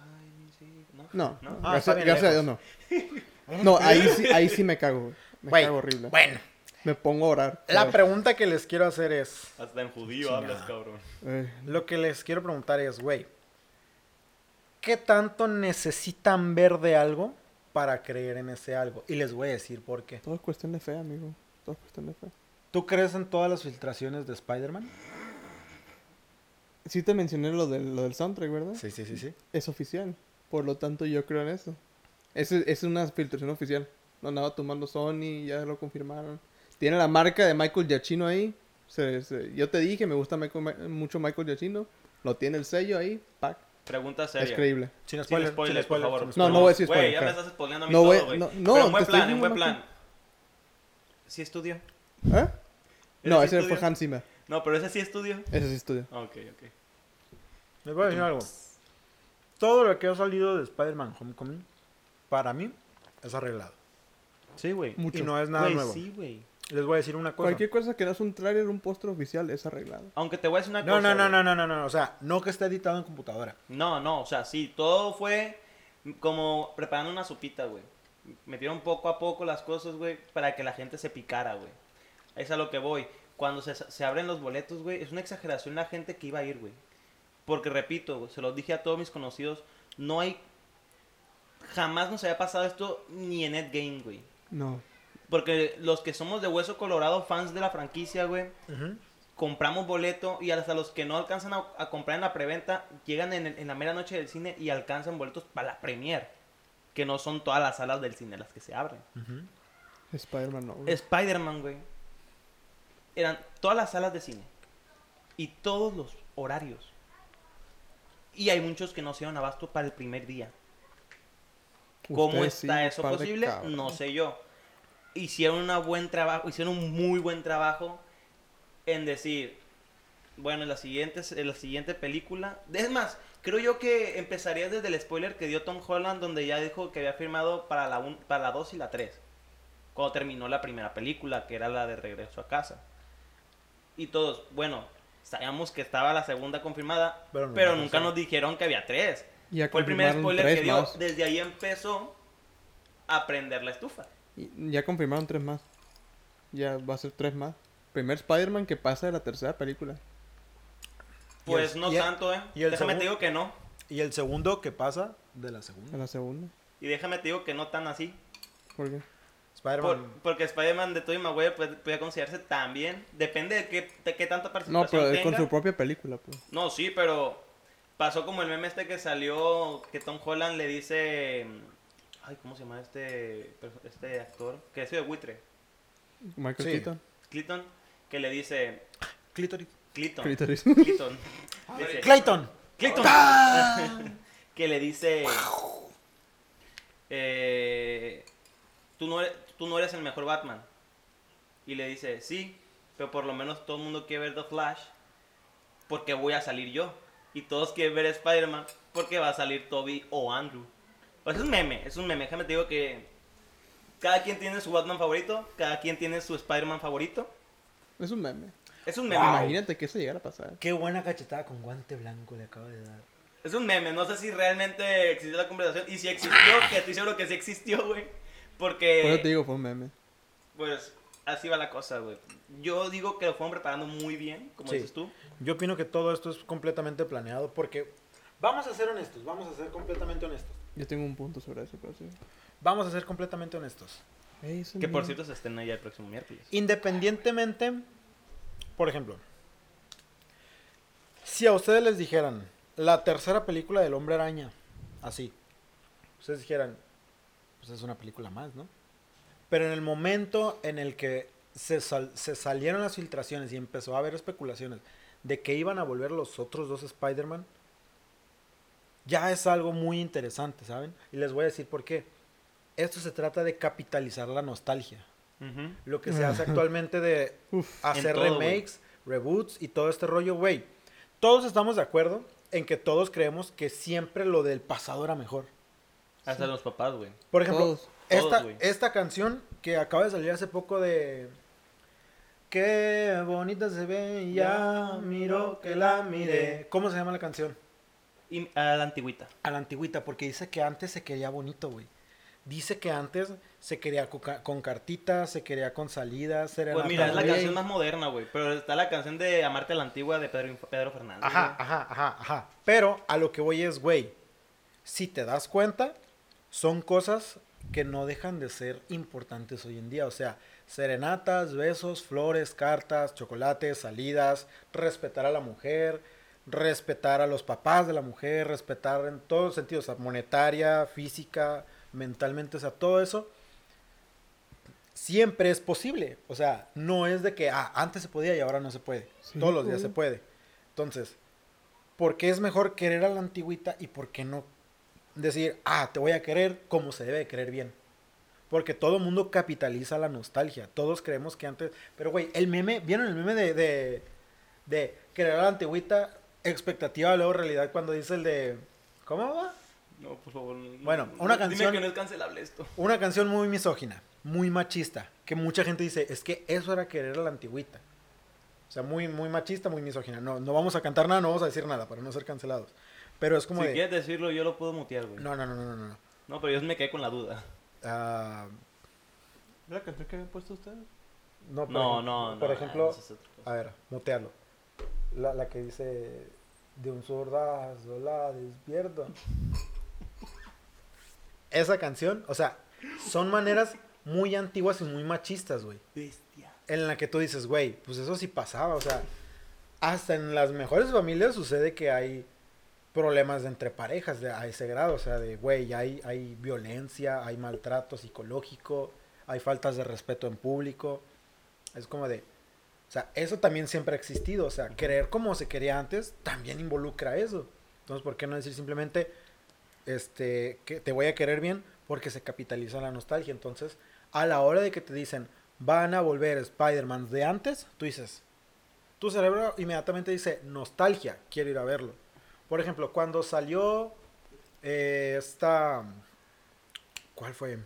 sí. No.
No,
¿No?
Ah, está
gracias,
bien
gracias a Dios
lejos.
no. No, ahí sí, ahí sí me cago, güey. me
Güey,
cago horrible.
Bueno,
Me pongo a orar.
la
pero-
pregunta que les quiero hacer es:
Hasta en judío
Chingada.
hablas, cabrón.
Eh,
Lo que les quiero preguntar es, güey, ¿qué tanto necesitan ver de algo para creer en ese algo? Y les voy a decir por qué.
todo es cuestión de fe, amigo. Todo es cuestión de fe.
¿Tú crees en todas las filtraciones de Spider-Man?
Sí te mencioné lo del, lo del soundtrack, ¿verdad?
Sí, sí, sí, sí.
Es oficial. Por lo tanto, yo creo en eso. Es, es una filtración oficial. Lo andaba tomando Sony, ya lo confirmaron. Tiene la marca de Michael Giacchino ahí. Se- se- yo te dije, me gusta Michael- Ma- mucho Michael Giacchino. Lo tiene el sello ahí. Pac.
Pregunta
Es
seria.
creíble.
Sin
Sin
spoilers,
spoilers,
sin
por
spoilers,
favor.
sin
No,
spoilers.
no voy a decir
Güey,
spoiler,
ya me
claro.
estás spoileando a mí
No
todo,
voy-
güey.
no- no,
Pero en
te
buen
estoy
plan, en buen
diciendo
plan. Sí estudió.
¿Eh? No,
¿Ese
ese
estudio?
fue Hans Zimmer.
No, pero ese sí estudió.
Ese sí estudio.
Ah, Ok, ok.
Les voy a decir algo. Todo lo que ha salido de Spider-Man Homecoming, para mí, es arreglado.
Sí, güey.
Mucho.
Y no es nada
Güey,
nuevo.
sí, güey.
Les voy a decir una cosa.
Cualquier cosa que no es un tráiler, un póster oficial, es arreglado.
Aunque te voy a decir una
No,
cosa.
no, no,
güey.
no, no, no, no. O sea, no que esté editado en computadora.
No, no, o sea, sí, todo fue como preparando una sopita, güey. Metieron poco a poco las cosas, güey, para que la gente se picara, güey. Es a lo que voy. Cuando se, se abren los boletos, güey, es una exageración la gente que iba a ir, güey. Porque repito, güey, se los dije a todos mis conocidos, no hay... Jamás nos había pasado esto ni en Ed Game, güey.
No.
Porque los que somos de Hueso Colorado, fans de la franquicia, güey, compramos boleto y hasta los que no alcanzan a, a comprar en la preventa llegan en, el- en la mera noche del cine y alcanzan boletos para la premier que no son todas las salas del cine las que se abren
Spider-Man no. güey.
Spider-Man güey eran todas las salas de cine y todos los horarios y hay muchos que no se dieron abasto para el primer día ¿Cómo
Ustedes sí,
está
un
eso
par de
posible?
cabros.
No sé yo. Hicieron un buen trabajo, hicieron un muy buen trabajo en decir, bueno, en la siguiente, en la siguiente película. Es más, creo yo que empezaría desde el spoiler que dio Tom Holland, donde ya dijo que había firmado para la, un- para la 2 y la 3. Cuando terminó la primera película, que era la de Regreso a Casa. Y todos, bueno, sabíamos que estaba la segunda confirmada,
Pero
pero,
no la
nunca
tercera.
nos dijeron que había tres.
Y ya
Fue el primer
confirmaron
spoiler
tres
que dio.
más.
Desde ahí empezó a prender la estufa.
Y- Ya confirmaron tres más. Ya va a ser tres más. Primer Spider-Man que pasa de la tercera película.
Pues
el-
no
e-
y el-
tanto, ¿eh?
y el
Déjame
segun-
te digo que no.
Y el segundo que pasa de la
A
segunda.
la segunda.
Y déjame te digo que no tan así.
¿Por qué?
Spider-Man.
Por- porque Spider-Man de Tobey Maguire pues, podía considerarse también. Depende de qué, de qué tanta participación
No, pero es con
tenga.
su propia película, pues.
No, sí, pero pasó como el meme este que salió que Tom Holland le dice... mm, Ay, ¿cómo se llama este, este actor? Que es de buitre.
Michael
Sí.
Keaton.
Clinton. Que le dice...
Clítoris.
Clinton.
Clítoris. (laughs)
Clinton. Le dice,
Clayton.
Clayton. que le dice. eh, tú, no eres, tú no eres el mejor Batman. Y le dice, sí, pero por lo menos todo el mundo quiere ver The Flash. Porque voy a salir yo. Y todos quieren ver Spider-Man. Porque va a salir Toby o Andrew. O sea, es un meme, es un meme. Déjame te digo que. Cada quien tiene su Batman favorito. Cada quien tiene su Spider-Man favorito.
Es un meme.
Es un meme. Eh.
Imagínate que eso llegara a pasar.
Qué buena cachetada con guante blanco le acabo de dar.
Es un meme, no sé si realmente existió la conversación. Y si existió, que estoy seguro que sí existió, güey. Porque.
Por eso te digo, fue un meme.
Pues así va la cosa, güey. Yo digo que lo fueron preparando muy bien, como
Sí.
dices tú.
Yo opino que todo esto es completamente planeado porque vamos a ser honestos, vamos a ser completamente honestos.
Yo tengo un punto sobre eso, pero sí.
Vamos a ser completamente honestos.
Ey, es un
Que por
meme.
cierto se estrena ya el próximo miércoles.
Independientemente, por ejemplo, si a ustedes les dijeran la tercera película del Hombre Araña, así, ustedes dijeran, pues es una película más, ¿no? Pero en el momento en el que se, sal- se salieron las filtraciones y empezó a haber especulaciones de que iban a volver los otros dos Spider-Man, ya es algo muy interesante, ¿saben? Y les voy a decir por qué. Esto se trata de capitalizar la nostalgia lo que se hace actualmente
(laughs)
de
Uf.
hacer
En todo, güey.
remakes, reboots y todo este rollo, güey. Todos estamos de acuerdo en que todos creemos que siempre lo del pasado era mejor.
Hasta los papás, güey.
Por ejemplo,
Todos,
todos,
esta,
güey.
esta canción que acaba de salir hace poco de... Qué bonita se ve, ya miro que la miré. ¿Cómo se llama la canción?
Y a la antigüita.
A la antigüita, porque dice que antes se quería bonito, güey. Dice que antes se quería con, ca- con cartitas, se quería con salidas,
Pues mira, es la
También.
canción más moderna, güey. Pero está la canción de Amarte a la Antigua de Pedro, Inf- Pedro Fernández.
Ajá,
güey.
ajá, ajá, ajá. Pero a lo que voy es, güey, si te das cuenta, son cosas que no dejan de ser importantes hoy en día. O sea, serenatas, besos, flores, cartas, chocolates, salidas, respetar a la mujer, respetar a los papás de la mujer, respetar en todos sentidos, o sea, monetaria, física, mentalmente, o sea, todo eso siempre es posible. O sea, no es de que ah, antes se podía y ahora no se puede.
Sí,
Todos los días
obvio.
se puede. Entonces, ¿por qué es mejor querer a la antigüita y por qué no decir, ah, te voy a querer como se debe de querer bien? Porque todo mundo capitaliza la nostalgia. Todos creemos que antes. Pero, güey, el meme. ¿Vieron el meme de. de, de querer a la antigüita, expectativa, luego realidad, cuando dice el de. ¿Cómo va?
No, por favor. no-
Bueno,
no-
una
dime
canción-
que no es cancelable esto.
Una canción muy misógina, muy machista, que mucha gente dice, es que eso era querer a la antigüita. O sea, muy, muy machista, muy misógina. No, no vamos a cantar nada, no vamos a decir nada para no ser cancelados. Pero es como
si
de...
quieres decirlo, yo lo puedo mutear, güey. No.
No, no, no, no, no. no.
pero yo me quedé con la duda.
Ah,
¿Es la canción que habían puesto ustedes?
no, por
No,
ejem-
no, no.
Por
ah,
ejemplo,
esa es otra cosa.
a ver, mutealo. La, la que dice... De un sordazo la despierto. (laughs) Esa canción, o sea, son maneras muy antiguas y muy machistas, güey.
Bestia.
en la que tú dices, güey, pues eso sí pasaba, o sea, hasta en las mejores familias sucede que hay problemas de entre parejas de- a ese grado, o sea, de, güey, hay, hay violencia, hay maltrato psicológico, hay faltas de respeto en público, es como de, o sea, eso también siempre ha existido, o sea, querer como se quería antes también involucra eso, entonces, ¿por qué no decir simplemente, este, que te voy a querer bien porque se capitaliza la nostalgia, entonces, a la hora de que te dicen, van a volver Spider-Man de antes, tú dices, tu cerebro inmediatamente dice, nostalgia, quiero ir a verlo. Por ejemplo, cuando salió eh, esta... ¿Cuál fue?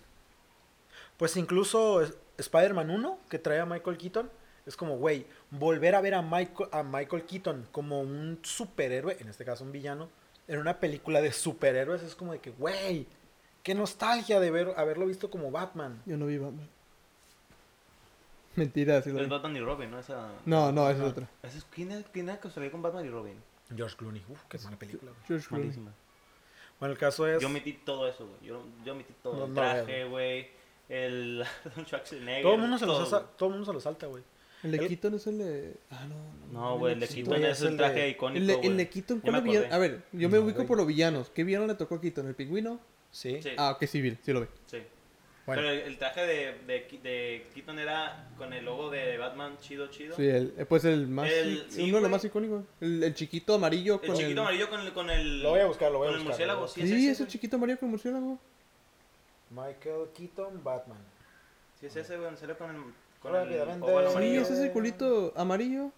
Pues incluso es- Spider-Man 1, que trae a Michael Keaton, es como, güey, volver a ver a Michael, a Michael Keaton como un superhéroe, en este caso un villano, en una película de superhéroes, es como de que, güey, qué nostalgia de ver, haberlo visto como Batman.
Yo no vi Batman. Mentira, sí lo
Es
vi.
Batman y Robin, ¿no? Esa... Ah.
No, no, esa
No.
es otra.
Esa es- ¿Quién es quién es la que salió con Batman y Robin?
George Clooney, uff, qué mala película. güey.
George Clooney.
Malísima.
Bueno, el caso es...
Yo metí todo eso, güey. Yo, yo metí todo.
No,
el
no,
traje, güey. El (laughs) Arnold Schwarzenegger.
Todo el mundo se los
todo,
asa- todo el mundo se lo salta, güey.
El de
El-
Keaton es el de. Ah, no.
güey. No, güey. El de
Keaton.
Keaton
Güey,
es
es
el
el
traje
de-
icónico,
El de, el
güey.
de Keaton,
Ya
¿cuál
me
villano?
acordé.
A ver, yo me
No,
ubico
güey.
por los villanos. ¿Qué villano le tocó a Keaton? ¿El pingüino?
Sí.
Sí,
Ah, ok, sí, vi, sí lo vi.
sí.
Bueno,
Pero el, el traje de, de, Ke- de Keaton era con el logo de Batman chido, chido.
Sí, el, eh, pues el más.
El- sí,
uno de los
güey.
más icónicos. El, el chiquito amarillo
El
con
chiquito
el.
amarillo con el, con el...
Lo voy a buscar, lo voy a
Con el
buscar,
murciélago,
lo
sí,
Sí,
es
ese
ese, güey.
chiquito amarillo con murciélago.
Michael Keaton, Batman.
Sí es ese, güey. donde sale con el... Con el
Rápidamente.
óvalo
Sí,
Sí,
amarillo.
ese es el culito amarillo.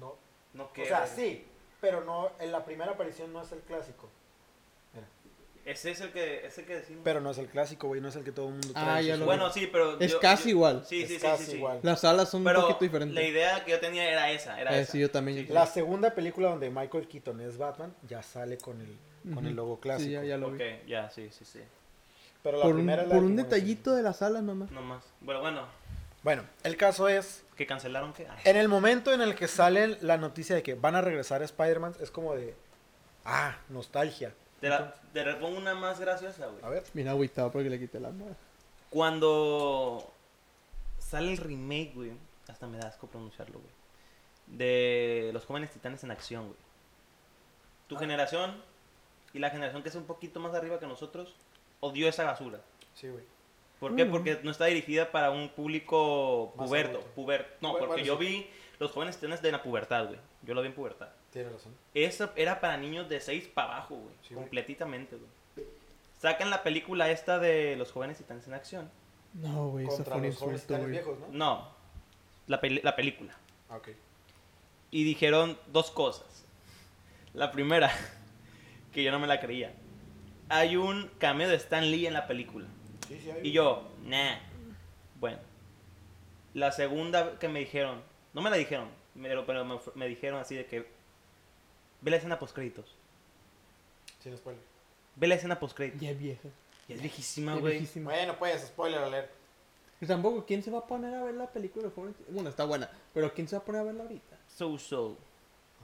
No.
No, que...
O sea, sí, pero no, en la primera aparición no es el clásico.
Ese es el que, ese que decimos.
Pero no es el clásico, güey, no es el que todo el mundo
Ah,
trae. en
ya
sus-
lo
Bueno, sí, pero...
Es
yo-
casi
yo-
igual.
Sí,
Es
sí, sí,
casi
sí, sí.
igual.
Las alas son
Pero
un poquito
la
diferentes.
idea que yo tenía era esa, era
Eh,
esa.
sí, yo también, yo
La segunda película donde Michael Keaton es Batman ya sale con el, con el
Ujú.
logo clásico.
Sí, ya, ya lo vi.
Ok, ya, sí, sí, sí.
Pero la
Por un,
primera es la
por
de
un
Timón y
detallito de las alas nomás.
No más. Bueno, bueno,
Pumba. Bueno, el caso es,
que cancelaron Ah, que... Ay,
en el momento en el que sale la noticia de que van a regresar a Spider-Man, es como de, ah, nostalgia.
Te, la, te repongo una más graciosa, güey.
A ver.
Bien agüitado porque le quité la mano.
Cuando sale el remake, güey, hasta me da asco pronunciarlo, güey, de Los Jóvenes Titanes en Acción, güey.
Ah.
Tu generación y la generación que es un poquito más arriba que nosotros odió esa basura.
Sí, güey.
¿Por qué?
Mm.
Porque no está dirigida para un público
Más
puberto.
adulto.
puber- No,
Bueno,
porque
bueno,
yo
sí.
vi Los Jóvenes Titanes de la pubertad, güey. Yo lo vi en pubertad.
Tiene razón.
Esa era para niños de 6 para abajo, güey.
Sí, güey.
completamente, güey. Sacan la película esta de Los Jóvenes Titanes en Acción.
No, güey, eso fue un insulto, güey.
¿no?
No, la, peli- la película.
Ah, ok.
Y dijeron dos cosas. La primera, (laughs) que yo no me la creía. Hay un cameo de Stan Lee en la película.
Sí, sí, hay
Y yo, nah. Bueno. La segunda que me dijeron, no me la dijeron, pero, pero me, me dijeron así de que... Ve la escena postcréditos.
Sin spoiler.
Ve la escena postcréditos.
Ya es vieja.
Y es viejísima,
ya
güey.
viejísima.
Bueno, pues, spoiler alert.
Y tampoco, ¿quién se va a poner a ver la película de Forrest? Bueno, está buena, pero ¿quién se va a poner a verla ahorita?
So So.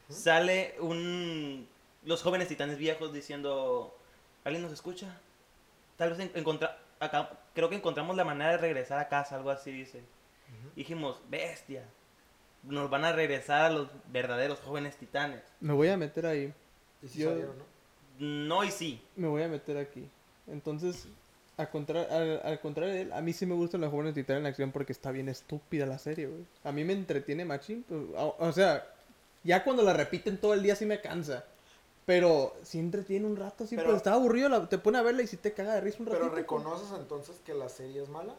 Sale un. Los jóvenes titanes viejos diciendo. ¿Alguien nos escucha? Tal vez en- encontra... acá- creo que encontramos la manera de regresar a casa, algo así dice. Dijimos, bestia. Nos van a regresar a los verdaderos jóvenes titanes.
Me voy a meter ahí,
Y
Yo-
¿no?
No y sí.
me voy a meter aquí. Entonces, a contra- al, al contrario de él, a mí sí me gustan los jóvenes titanes en acción porque está bien estúpida la serie, güey. A mí me entretiene machín, pero- o, o sea, ya cuando la repiten todo el día sí me cansa. Pero sí entretiene un rato, sí,
Pero-
pero, está aburrido, la- te pone a verla y si te caga de risa un ratito.
Pero
pues.
reconoces entonces que la serie es mala.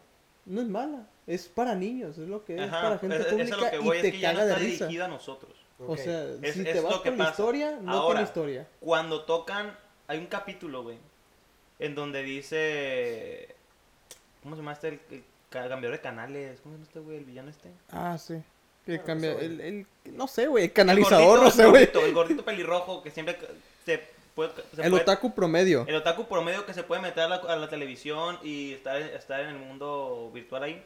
No es mala, es para niños, es lo que es,
Ajá,
para gente
es-
pública
eso es lo que
y
voy, es
te
que ya no
caga de
está
risa.
dirigida a nosotros.
Ok.
O sea,
Es-
si
es
te vas
lo que
por la
pasa.
historia, no por
Ahora.
la historia.
Cuando tocan, hay un capítulo, güey, en donde dice. ¿Cómo se llama este? El, el ca- cambiador de canales. ¿Cómo se llama este, güey? El villano este.
Ah, sí. que
no
cambia.
sé, güey.
el, el- no sé, güey. El
El
canalizador,
gordito,
no
el
sé, güey.
gordito, El gordito pelirrojo que siempre se puede. se
El
puede-
otaku promedio.
El otaku promedio que se puede meter a la, a la televisión y estar, estar en el mundo virtual ahí.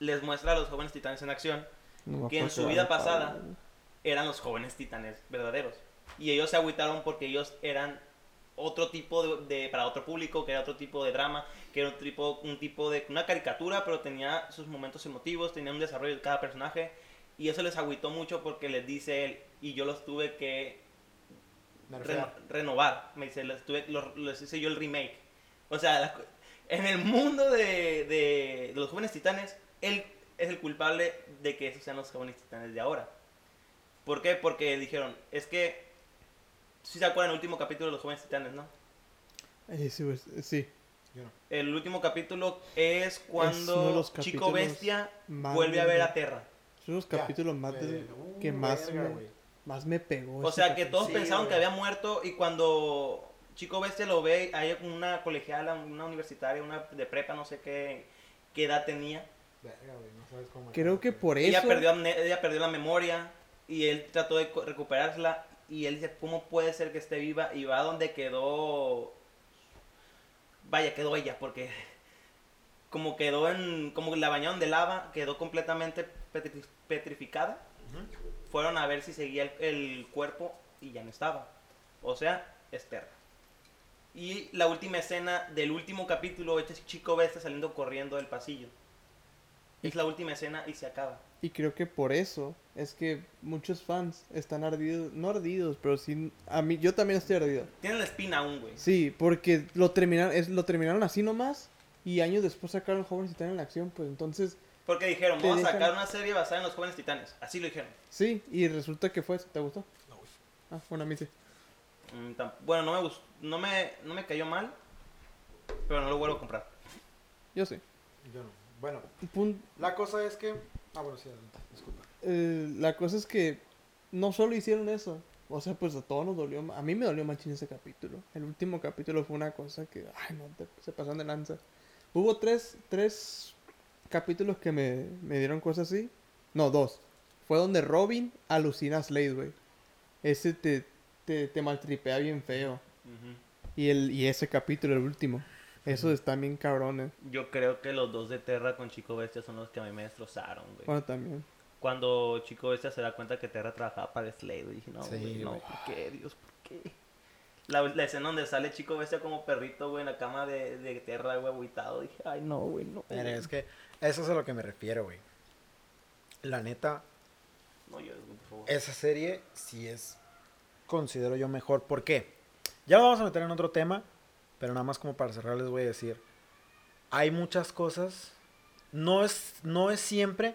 Les muestra a los jóvenes titanes en acción.
No me
que en
acuerdo
su
de
vida
la palabra,
pasada-
güey.
Eran los jóvenes titanes verdaderos. Y ellos se agüitaron porque ellos eran otro tipo de, de- para otro público, que era otro tipo de drama, que era un tipo, un tipo de una caricatura, pero tenía sus momentos emotivos, tenía un desarrollo de cada personaje. Y eso les agüitó mucho porque les dice él, y yo los tuve que
Me
reno-
refiero a-
renovar. Me dice, les, tuve- los- les hice yo el remake. O sea, la cu- en el mundo de, de- de los jóvenes titanes, él es el culpable de que esos sean los jóvenes titanes de ahora. ¿Por qué? Porque dijeron, es que. Si se acuerdan el último capítulo de los jóvenes titanes, ¿no?
Eh, sí, güey, sí.
Yo no.
El último capítulo es
uno de
cuando
los
Chico
capítulos
Bestia
más
vuelve a ver a
verga.
Terra.
Son los
Ya.
capítulos más
Me-
de-
uh,
que más
verga,
me-
güey.
más me pegó.
O
ese
sea que
capítulo.
todos
Sí,
pensaron que
güey.
había muerto y cuando Chico Bestia lo ve, hay una colegiala, una universitaria, una de prepa, no sé qué, qué edad tenía.
Verga, güey, no sabes cómo
Creo
acabó,
que
güey.
por eso.
Ella perdió, amne- ella perdió la memoria y él trató de co- recuperarla y él dice, ¿cómo puede ser que esté viva? Y va donde quedó... Vaya, quedó ella, porque (laughs) como quedó en... como la bañaron de lava, quedó completamente petri- petrificada.
Ujú.
fueron a ver si seguía el, el cuerpo y ya no estaba. O sea, es perra. Y la última escena del último capítulo, este chico bestia saliendo corriendo del pasillo. Es la última escena y se acaba.
Y creo que por eso es que muchos fans están ardidos, no ardidos, pero sí a mí yo también estoy ardido.
Tiene la espina aún, güey.
Sí, porque lo terminaron es, lo terminaron así nomás y años después sacaron jóvenes titanes en la acción, pues entonces
Porque dijeron,
Te
vamos a
dejan-
sacar una serie basada en los jóvenes titanes. Así lo dijeron.
sí, y resulta que fue, eso. ¿te gustó?
No, güey.
Ah, bueno, a mí sí.
Mm, tam- Bueno, no me gustó, no me, no me cayó mal, pero no lo vuelvo a comprar.
Yo sí.
Yo no. Bueno,
Pun-
la cosa es que. Ah, bueno, sí, adelante, disculpa.
eh, la cosa es que no solo hicieron eso, o sea, pues a todos nos dolió, ma- a mí me dolió machín ese capítulo. El último capítulo fue una cosa que, ay, no, te- se pasaron de lanza. Hubo tres, tres capítulos que me, me dieron cosas así. No, dos. Fue donde Robin alucina a Slade, güey. Ese te, te, te maltripea bien feo. Y, el, y ese capítulo, el último. Esos están bien cabrones.
Yo creo que los dos de Terra con Chico Bestia son los que a mí me destrozaron, güey.
Bueno, también.
Cuando Chico Bestia se da cuenta que Terra trabajaba para Slade, güey, dije, no,
Sí,
güey, no,
güey.
¿por qué, Dios, por qué? La, la escena donde sale Chico Bestia como perrito, güey, en la cama de, de Terra, güey, agüitado, dije, ay, no, güey, no. güey,
Pero es que eso es a lo que me refiero, güey. La neta,
No llores, güey, por favor.
esa serie sí es, considero yo mejor. ¿Por qué? Ya lo vamos a meter en otro tema, pero nada más como para cerrar les voy a decir, hay muchas cosas, no es, no es siempre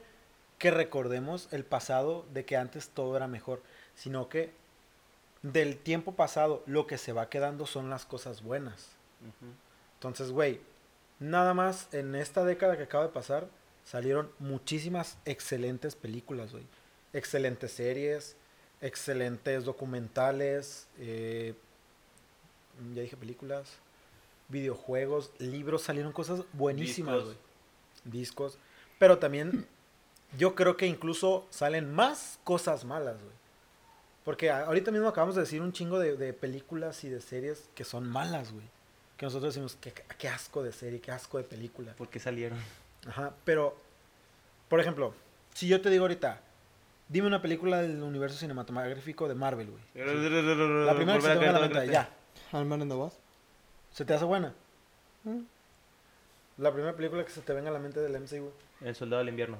que recordemos el pasado de que antes todo era mejor, sino que del tiempo pasado lo que se va quedando son las cosas buenas.
Ujú.
Entonces, güey, nada más en esta década que acaba de pasar salieron muchísimas excelentes películas, güey. Excelentes series, excelentes documentales, eh, ya dije películas, videojuegos, libros, salieron cosas buenísimas,
Discos.
güey. Discos. Pero también yo creo que incluso salen más cosas malas, güey. Porque a- ahorita mismo acabamos de decir un chingo de, de películas y de series que son malas, güey. Que nosotros decimos, qué, qué asco de serie, qué asco de película.
¿Por qué salieron?
Ajá, pero, por ejemplo, si yo te digo ahorita, dime una película del universo cinematográfico de Marvel, güey. La
La
primera que se te venga a la mente, ya.
Alman and the Wasp.
¿Se te hace buena?
Mm.
La primera película que se te venga a la mente del MCU.
El Soldado del Invierno.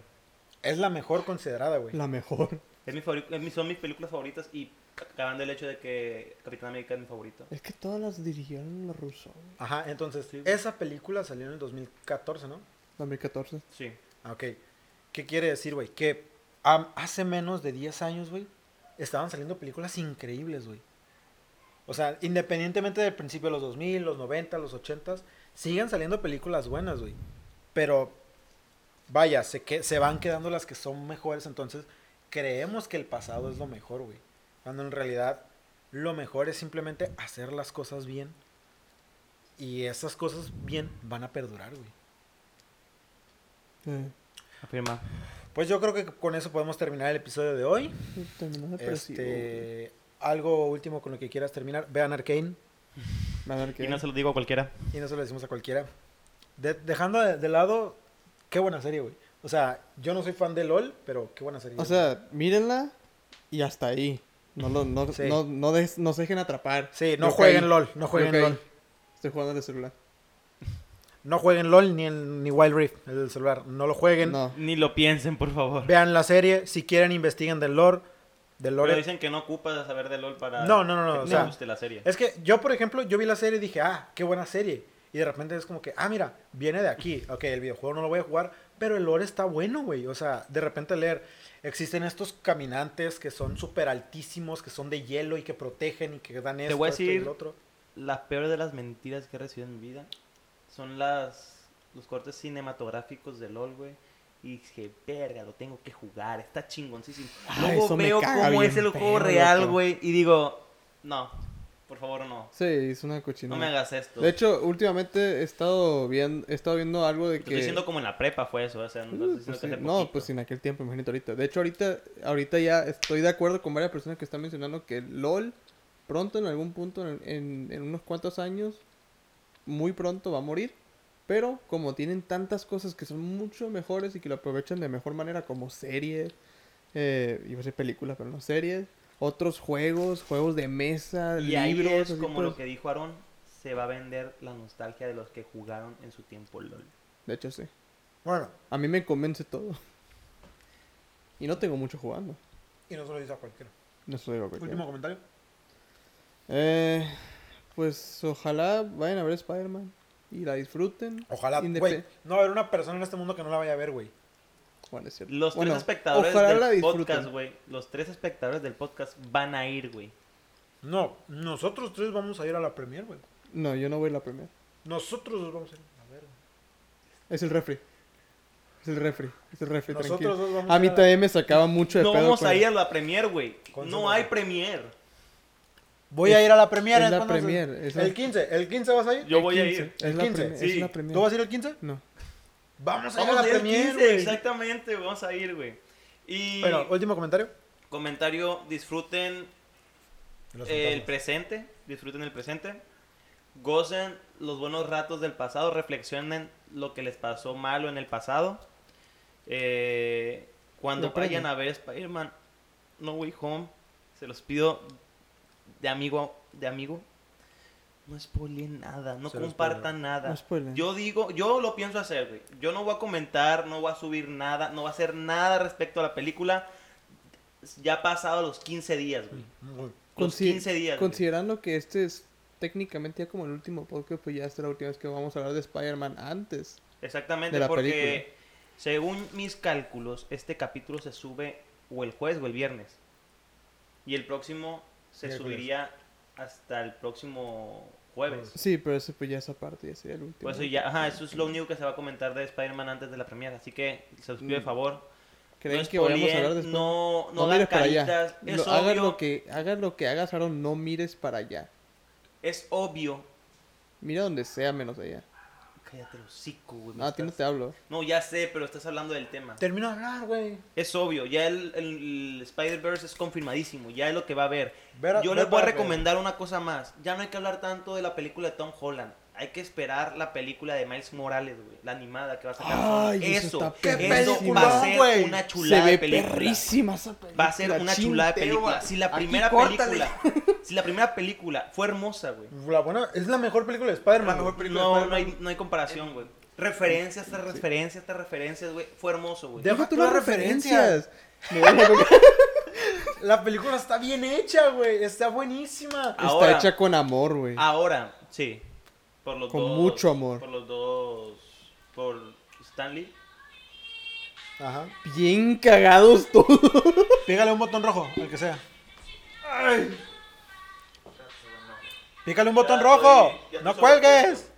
Es la mejor considerada, güey.
La mejor.
Es mi favori- es mi- son mis películas favoritas y acabando el hecho de que Capitán América es mi favorito.
Es que todas las dirigieron los rusos. güey.
Ajá, entonces,
Sí, güey.
esa película salió en el 2014, ¿no?
2014.
Sí.
Ah, Ok. ¿Qué quiere decir, güey? Que am- hace menos de 10 años, güey, estaban saliendo películas increíbles, güey. O sea, independientemente del principio de los 2000, los 90, los 80, sigan saliendo películas buenas, güey. Pero, vaya, se, que, se van quedando las que son mejores, entonces creemos que el pasado es lo mejor, güey. Cuando en realidad lo mejor es simplemente hacer las cosas bien. Y esas cosas bien van a perdurar, güey.
Eh.
Afirma.
Pues yo creo que con eso podemos terminar el episodio de hoy.
Terminó depresivo. güey.
Este, algo último con lo que quieras terminar. Vean Arkane
Van a ver que-
Y no se lo digo a cualquiera.
y no se lo decimos a cualquiera. De- dejando de, de lado, qué buena serie, güey. O sea, yo no soy fan de LOL, pero qué buena serie.
O sea, mírenla y hasta ahí. No, lo, no,
Sí.
no, no, des- no se dejen atrapar.
sí, no
Yo
jueguen
caí.
LOL, no jueguen
Yo caí.
LOL.
Estoy jugando en el celular.
No jueguen LOL ni, el- ni Wild Rift, el del celular. No lo jueguen.
No.
Ni lo piensen, por favor.
Vean la serie. Si quieren, investiguen del lore. Del
Pero
lore.
dicen que no ocupas saber de LOL para
No, no, no, no,
que
o
te
sea,
guste la serie.
Es que yo, por ejemplo, yo vi la serie y dije, ah, qué buena serie. Y de repente es como que, ah, mira, viene de aquí. Ok, el videojuego no lo voy a jugar, pero el lore está bueno, güey. O sea, de repente leer, existen estos caminantes que son súper altísimos, que son de hielo y que protegen y que dan esto,
voy a
esto y
decir-
el otro.
Las peores de las mentiras que he recibido en mi vida son las los cortes cinematográficos de LOL, güey. Y dije, verga, lo tengo que jugar, está chingoncísimo.
Ay,
Luego
eso me
veo
caga
cómo
bien
es el juego
pedo,
real,
loco.
güey, y digo, no, por favor, no.
Sí, es una
No
cochinada.
me hagas esto.
De hecho, últimamente he estado, viendo, he estado viendo algo de
Te
que...
estoy diciendo como en la prepa fue eso, o sea, no
Uh,
estoy
pues
diciendo que
sí.
hace
No,
poquito.
pues en aquel tiempo, imagínate ahorita. De hecho, ahorita, ahorita ya estoy de acuerdo con varias personas que están mencionando que LOL pronto, en algún punto, en, en- en unos cuantos años, muy pronto va a morir. Pero como tienen tantas cosas que son mucho mejores y que lo aprovechan de mejor manera, como series, eh, iba a decir películas, pero no series, otros juegos, juegos de mesa,
Y ahí
libros,
es
así,
como
pues.
lo que dijo Aarón, se va a vender la nostalgia de los que jugaron en su tiempo LOL.
de hecho sí.
Bueno,
A mí me convence todo. (laughs) Y no tengo mucho jugando.
y no se lo dice a cualquiera.
No se lo digo a cualquiera.
Último comentario.
Eh, pues ojalá vayan a ver Spider-Man y la disfruten.
Ojalá,
Indepe-
güey. No va a haber una persona en este mundo que no la vaya a ver, güey.
Bueno, es cierto.
Los
Bueno,
tres espectadores
ojalá la
del
disfruten.
podcast, güey. Los tres espectadores del podcast van a ir, güey.
No, nosotros tres vamos a ir a la premier, güey.
No, yo no voy la primera.
Nosotros dos vamos a ir. A ver, güey.
Es el refri. Es el refri. Es el refri,
Nosotros
tranquilo.
dos vamos
A mí
ir
también me sacaba mucho de
No
pedo. pues.
vamos
con
a
el-
ir a la premier, güey.
Con su
No
madre.
hay premier.
Voy a ir a la premier.
es la
¿cuándo vas a ir?
premier, es la-
El 15, ¿el 15 vas a ir?
Yo voy a
15,
ir.
Es
El
la,
15,
prim- es
sí.
la
¿Tú
primera.
¿Tú vas a ir el 15?
No.
Vamos a ir
Vamos
a
a
la
ir el
premier,
15,
güey.
exactamente, vamos a ir, güey. Y
Bueno, último comentario.
comentario, disfruten
Los
el
fantasmas.
presente, disfruten el presente. Gocen los buenos ratos del pasado, reflexionen lo que les pasó malo en el pasado. Eh, cuando
Lo premio.
vayan a ver Spider-Man No Way Home, se los pido de amigo, de amigo, no spoileen nada, no
Se los
compartan nada.
No spoilen.
Yo digo, yo lo pienso hacer, güey. Yo no voy a comentar, no voy a subir nada, no voy a hacer nada respecto a la película. Ya pasado los 15 días, güey.
Muy-
Los
Consi-
15 días. güey.
Considerando que este es técnicamente ya como el último podcast, pues ya esta es la última vez que vamos a hablar de Spider-Man antes.
Exactamente,
de la
porque
película.
según mis cálculos, este capítulo se sube o el jueves o el viernes. Y el próximo se
Miércoles.
subiría hasta el próximo jueves.
Sí, pero eso pues ya esa parte ya sería el último.
Pues eso ya, ajá, eso es lo único que se va a comentar de Spider-Man antes de la premiere. Así que se los pido de
Mm.
favor.
¿Creen
no
que vayamos a
spoileen,
hablar después?
No, no,
No,
hagan
mires para allá.
caritas.
Lo-
Es
hagas,
obvio,
lo que, hagas lo que hagas, Aaron, no mires para allá.
es obvio.
Mira donde sea menos allá.
Cállate el hocico, güey. me
No, a ti no
estás-
te hablo.
No, ya sé, pero estás hablando del tema.
Termino de hablar, güey.
Es obvio, ya el, el- el Spider-Verse es confirmadísimo, ya es lo que va a haber.
Ver a-
Yo
ver
les voy a
para ver.
recomendar una cosa más. Ya no hay que hablar tanto de la película de Tom Holland. Hay que esperar la película de Miles Morales, güey. La animada que va a sacar.
Ay,
Sony.
eso
eso,
está
eso
perrísimo.
va a ser
Güey,
una
Se
chulada de
ve
película.
perrísima esa película.
Va a ser una chulada de película. Si la primera película, si la primera película fue hermosa, güey.
La buena, es la mejor película de Spider-Man. güey.
No, no hay, no hay comparación, güey. Referencias tras referencias tras referencias, güey. Fue hermoso, güey.
De-
Deja tú
Deja
las
tú las
referencias. Me voy a la boca.
La película está bien hecha, güey. Está buenísima.
Ahora-
Está hecha con amor, güey.
Ahora, sí. Por los
Con
dos.
mucho amor.
Por los dos. Por Stanley.
Ajá.
Bien cagados todos.
Pégale un botón rojo, al que sea. Pícale un botón
Ya
rojo.
estoy- ya estoy
no
sobre-
cuelgues.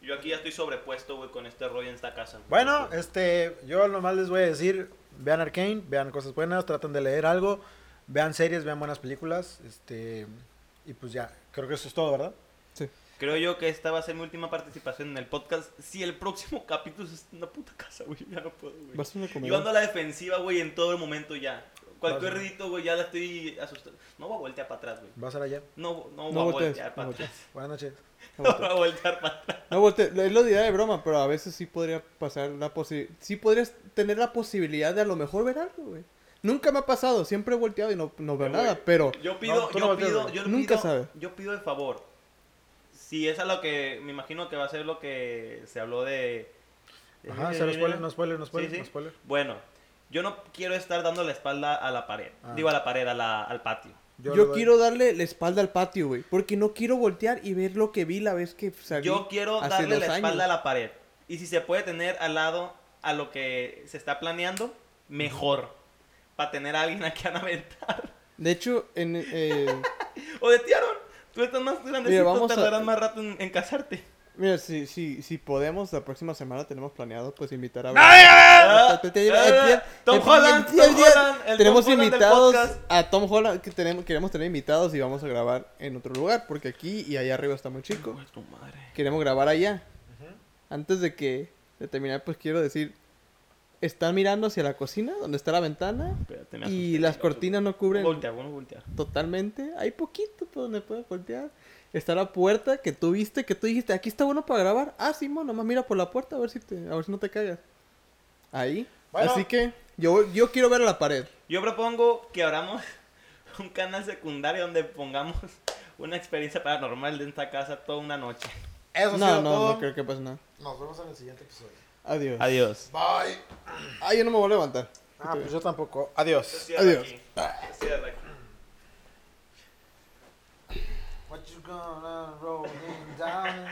Yo aquí ya estoy sobrepuesto, güey, con este rollo en esta casa. güey.
Bueno, este, yo nomás les voy a decir, vean Arkane, vean cosas buenas, traten de leer algo, vean series, vean buenas películas, este, y pues ya, creo que eso es todo, ¿verdad?
Sí.
Creo yo que esta va a ser mi última participación en el podcast. Si el próximo (laughs) capítulo es una puta casa, güey, ya no puedo, güey.
Vas a una
Yo ando
comida.
a la defensiva, güey, en todo el momento ya. Cualquier
Vas-
ruidito, güey, ya la estoy asustando. No voy a voltear para atrás, güey.
¿Vas a allá?
No, no, voy
No
a
voltees,
voltear para
no
atrás.
Buenas noches.
(laughs) No voy a voltear para atrás.
No, volte- es lo dirá de broma, pero a veces sí podría pasar la posibilidad. Sí podrías tener la posibilidad de a lo mejor ver algo, güey. Nunca me ha pasado, siempre he volteado y no, no veo
Güey,
nada, pero
Yo pido,
tú no
yo
volteas,
pido,
güey.
yo
Nunca
pido,
sabe.
yo pido el favor. Si es a lo que, me imagino que va a ser lo que se habló de...
Ajá, se los spoiler, no spoiler, no spoiler,
Eh, Sí, sí.
no spoiler.
Bueno, yo no quiero estar dando la espalda a la pared.
Ah.
Digo, a la pared, a la- al patio.
yo,
le doy-
quiero darle la espalda al patio, güey. Porque no quiero voltear y ver lo que vi la vez que salí.
Yo quiero
hace
darle
dos
la espalda
años.
a la pared. Y si se puede tener al lado a lo que se está planeando, mejor. Para tener a alguien a quien aventar.
De hecho, en, eh,
(laughs)
(laughs)
O de Tiaron, tú estás más grandecito,
Mira, vamos a-
tardarás más rato en, en casarte.
mira, si, si, si podemos, la próxima semana tenemos planeado, pues invitar a...
Ah,
Te- te-
ah,
el día-
Tom
el- el-
Holland,
el
Tom
día-
Holland, el Tom
tenemos
Holland del
invitados
podcast.
a Tom Holland que tenemos queremos tener invitados y vamos a grabar en otro lugar porque aquí y allá arriba está muy chico.
Ay, tu madre.
Queremos grabar allá. Antes de que de terminar pues quiero decir están mirando hacia la cocina donde está la ventana
Espérate, me
y
asusté.
las cortinas no cubren
Voltea, bueno, voltea.
totalmente. Hay poquito por donde puedo voltear. Está la puerta que tú viste, que tú dijiste, aquí está bueno para grabar. Ah, sí, mono, nomás mira por la puerta a ver si te, a ver si no te cagas. Ahí.
Bueno.
Así que yo, yo quiero ver a la pared.
Yo propongo que abramos (laughs) un canal secundario donde pongamos una experiencia paranormal de esta casa toda una noche.
Eso
No,
ha
no,
sido todo.
no creo que pase nada.
Nos vemos en el siguiente episodio.
Adiós.
Adiós.
Bye.
Ah, yo no me voy a levantar.
Ah, pues yo tampoco. Adiós.
Adiós.
Ah.
What you gonna roll down?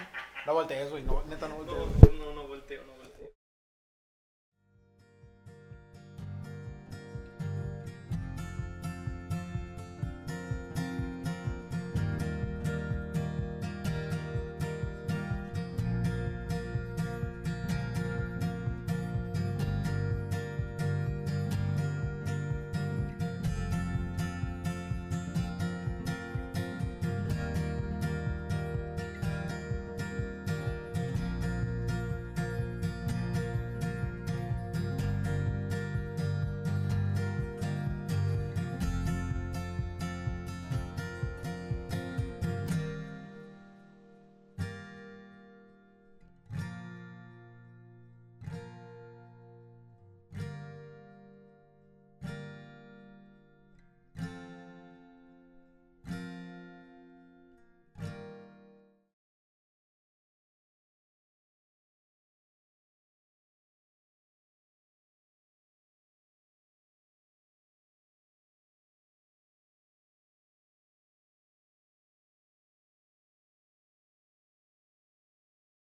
No voltees, güey. No, neta, no voltees.
No, no volteo, no volteo.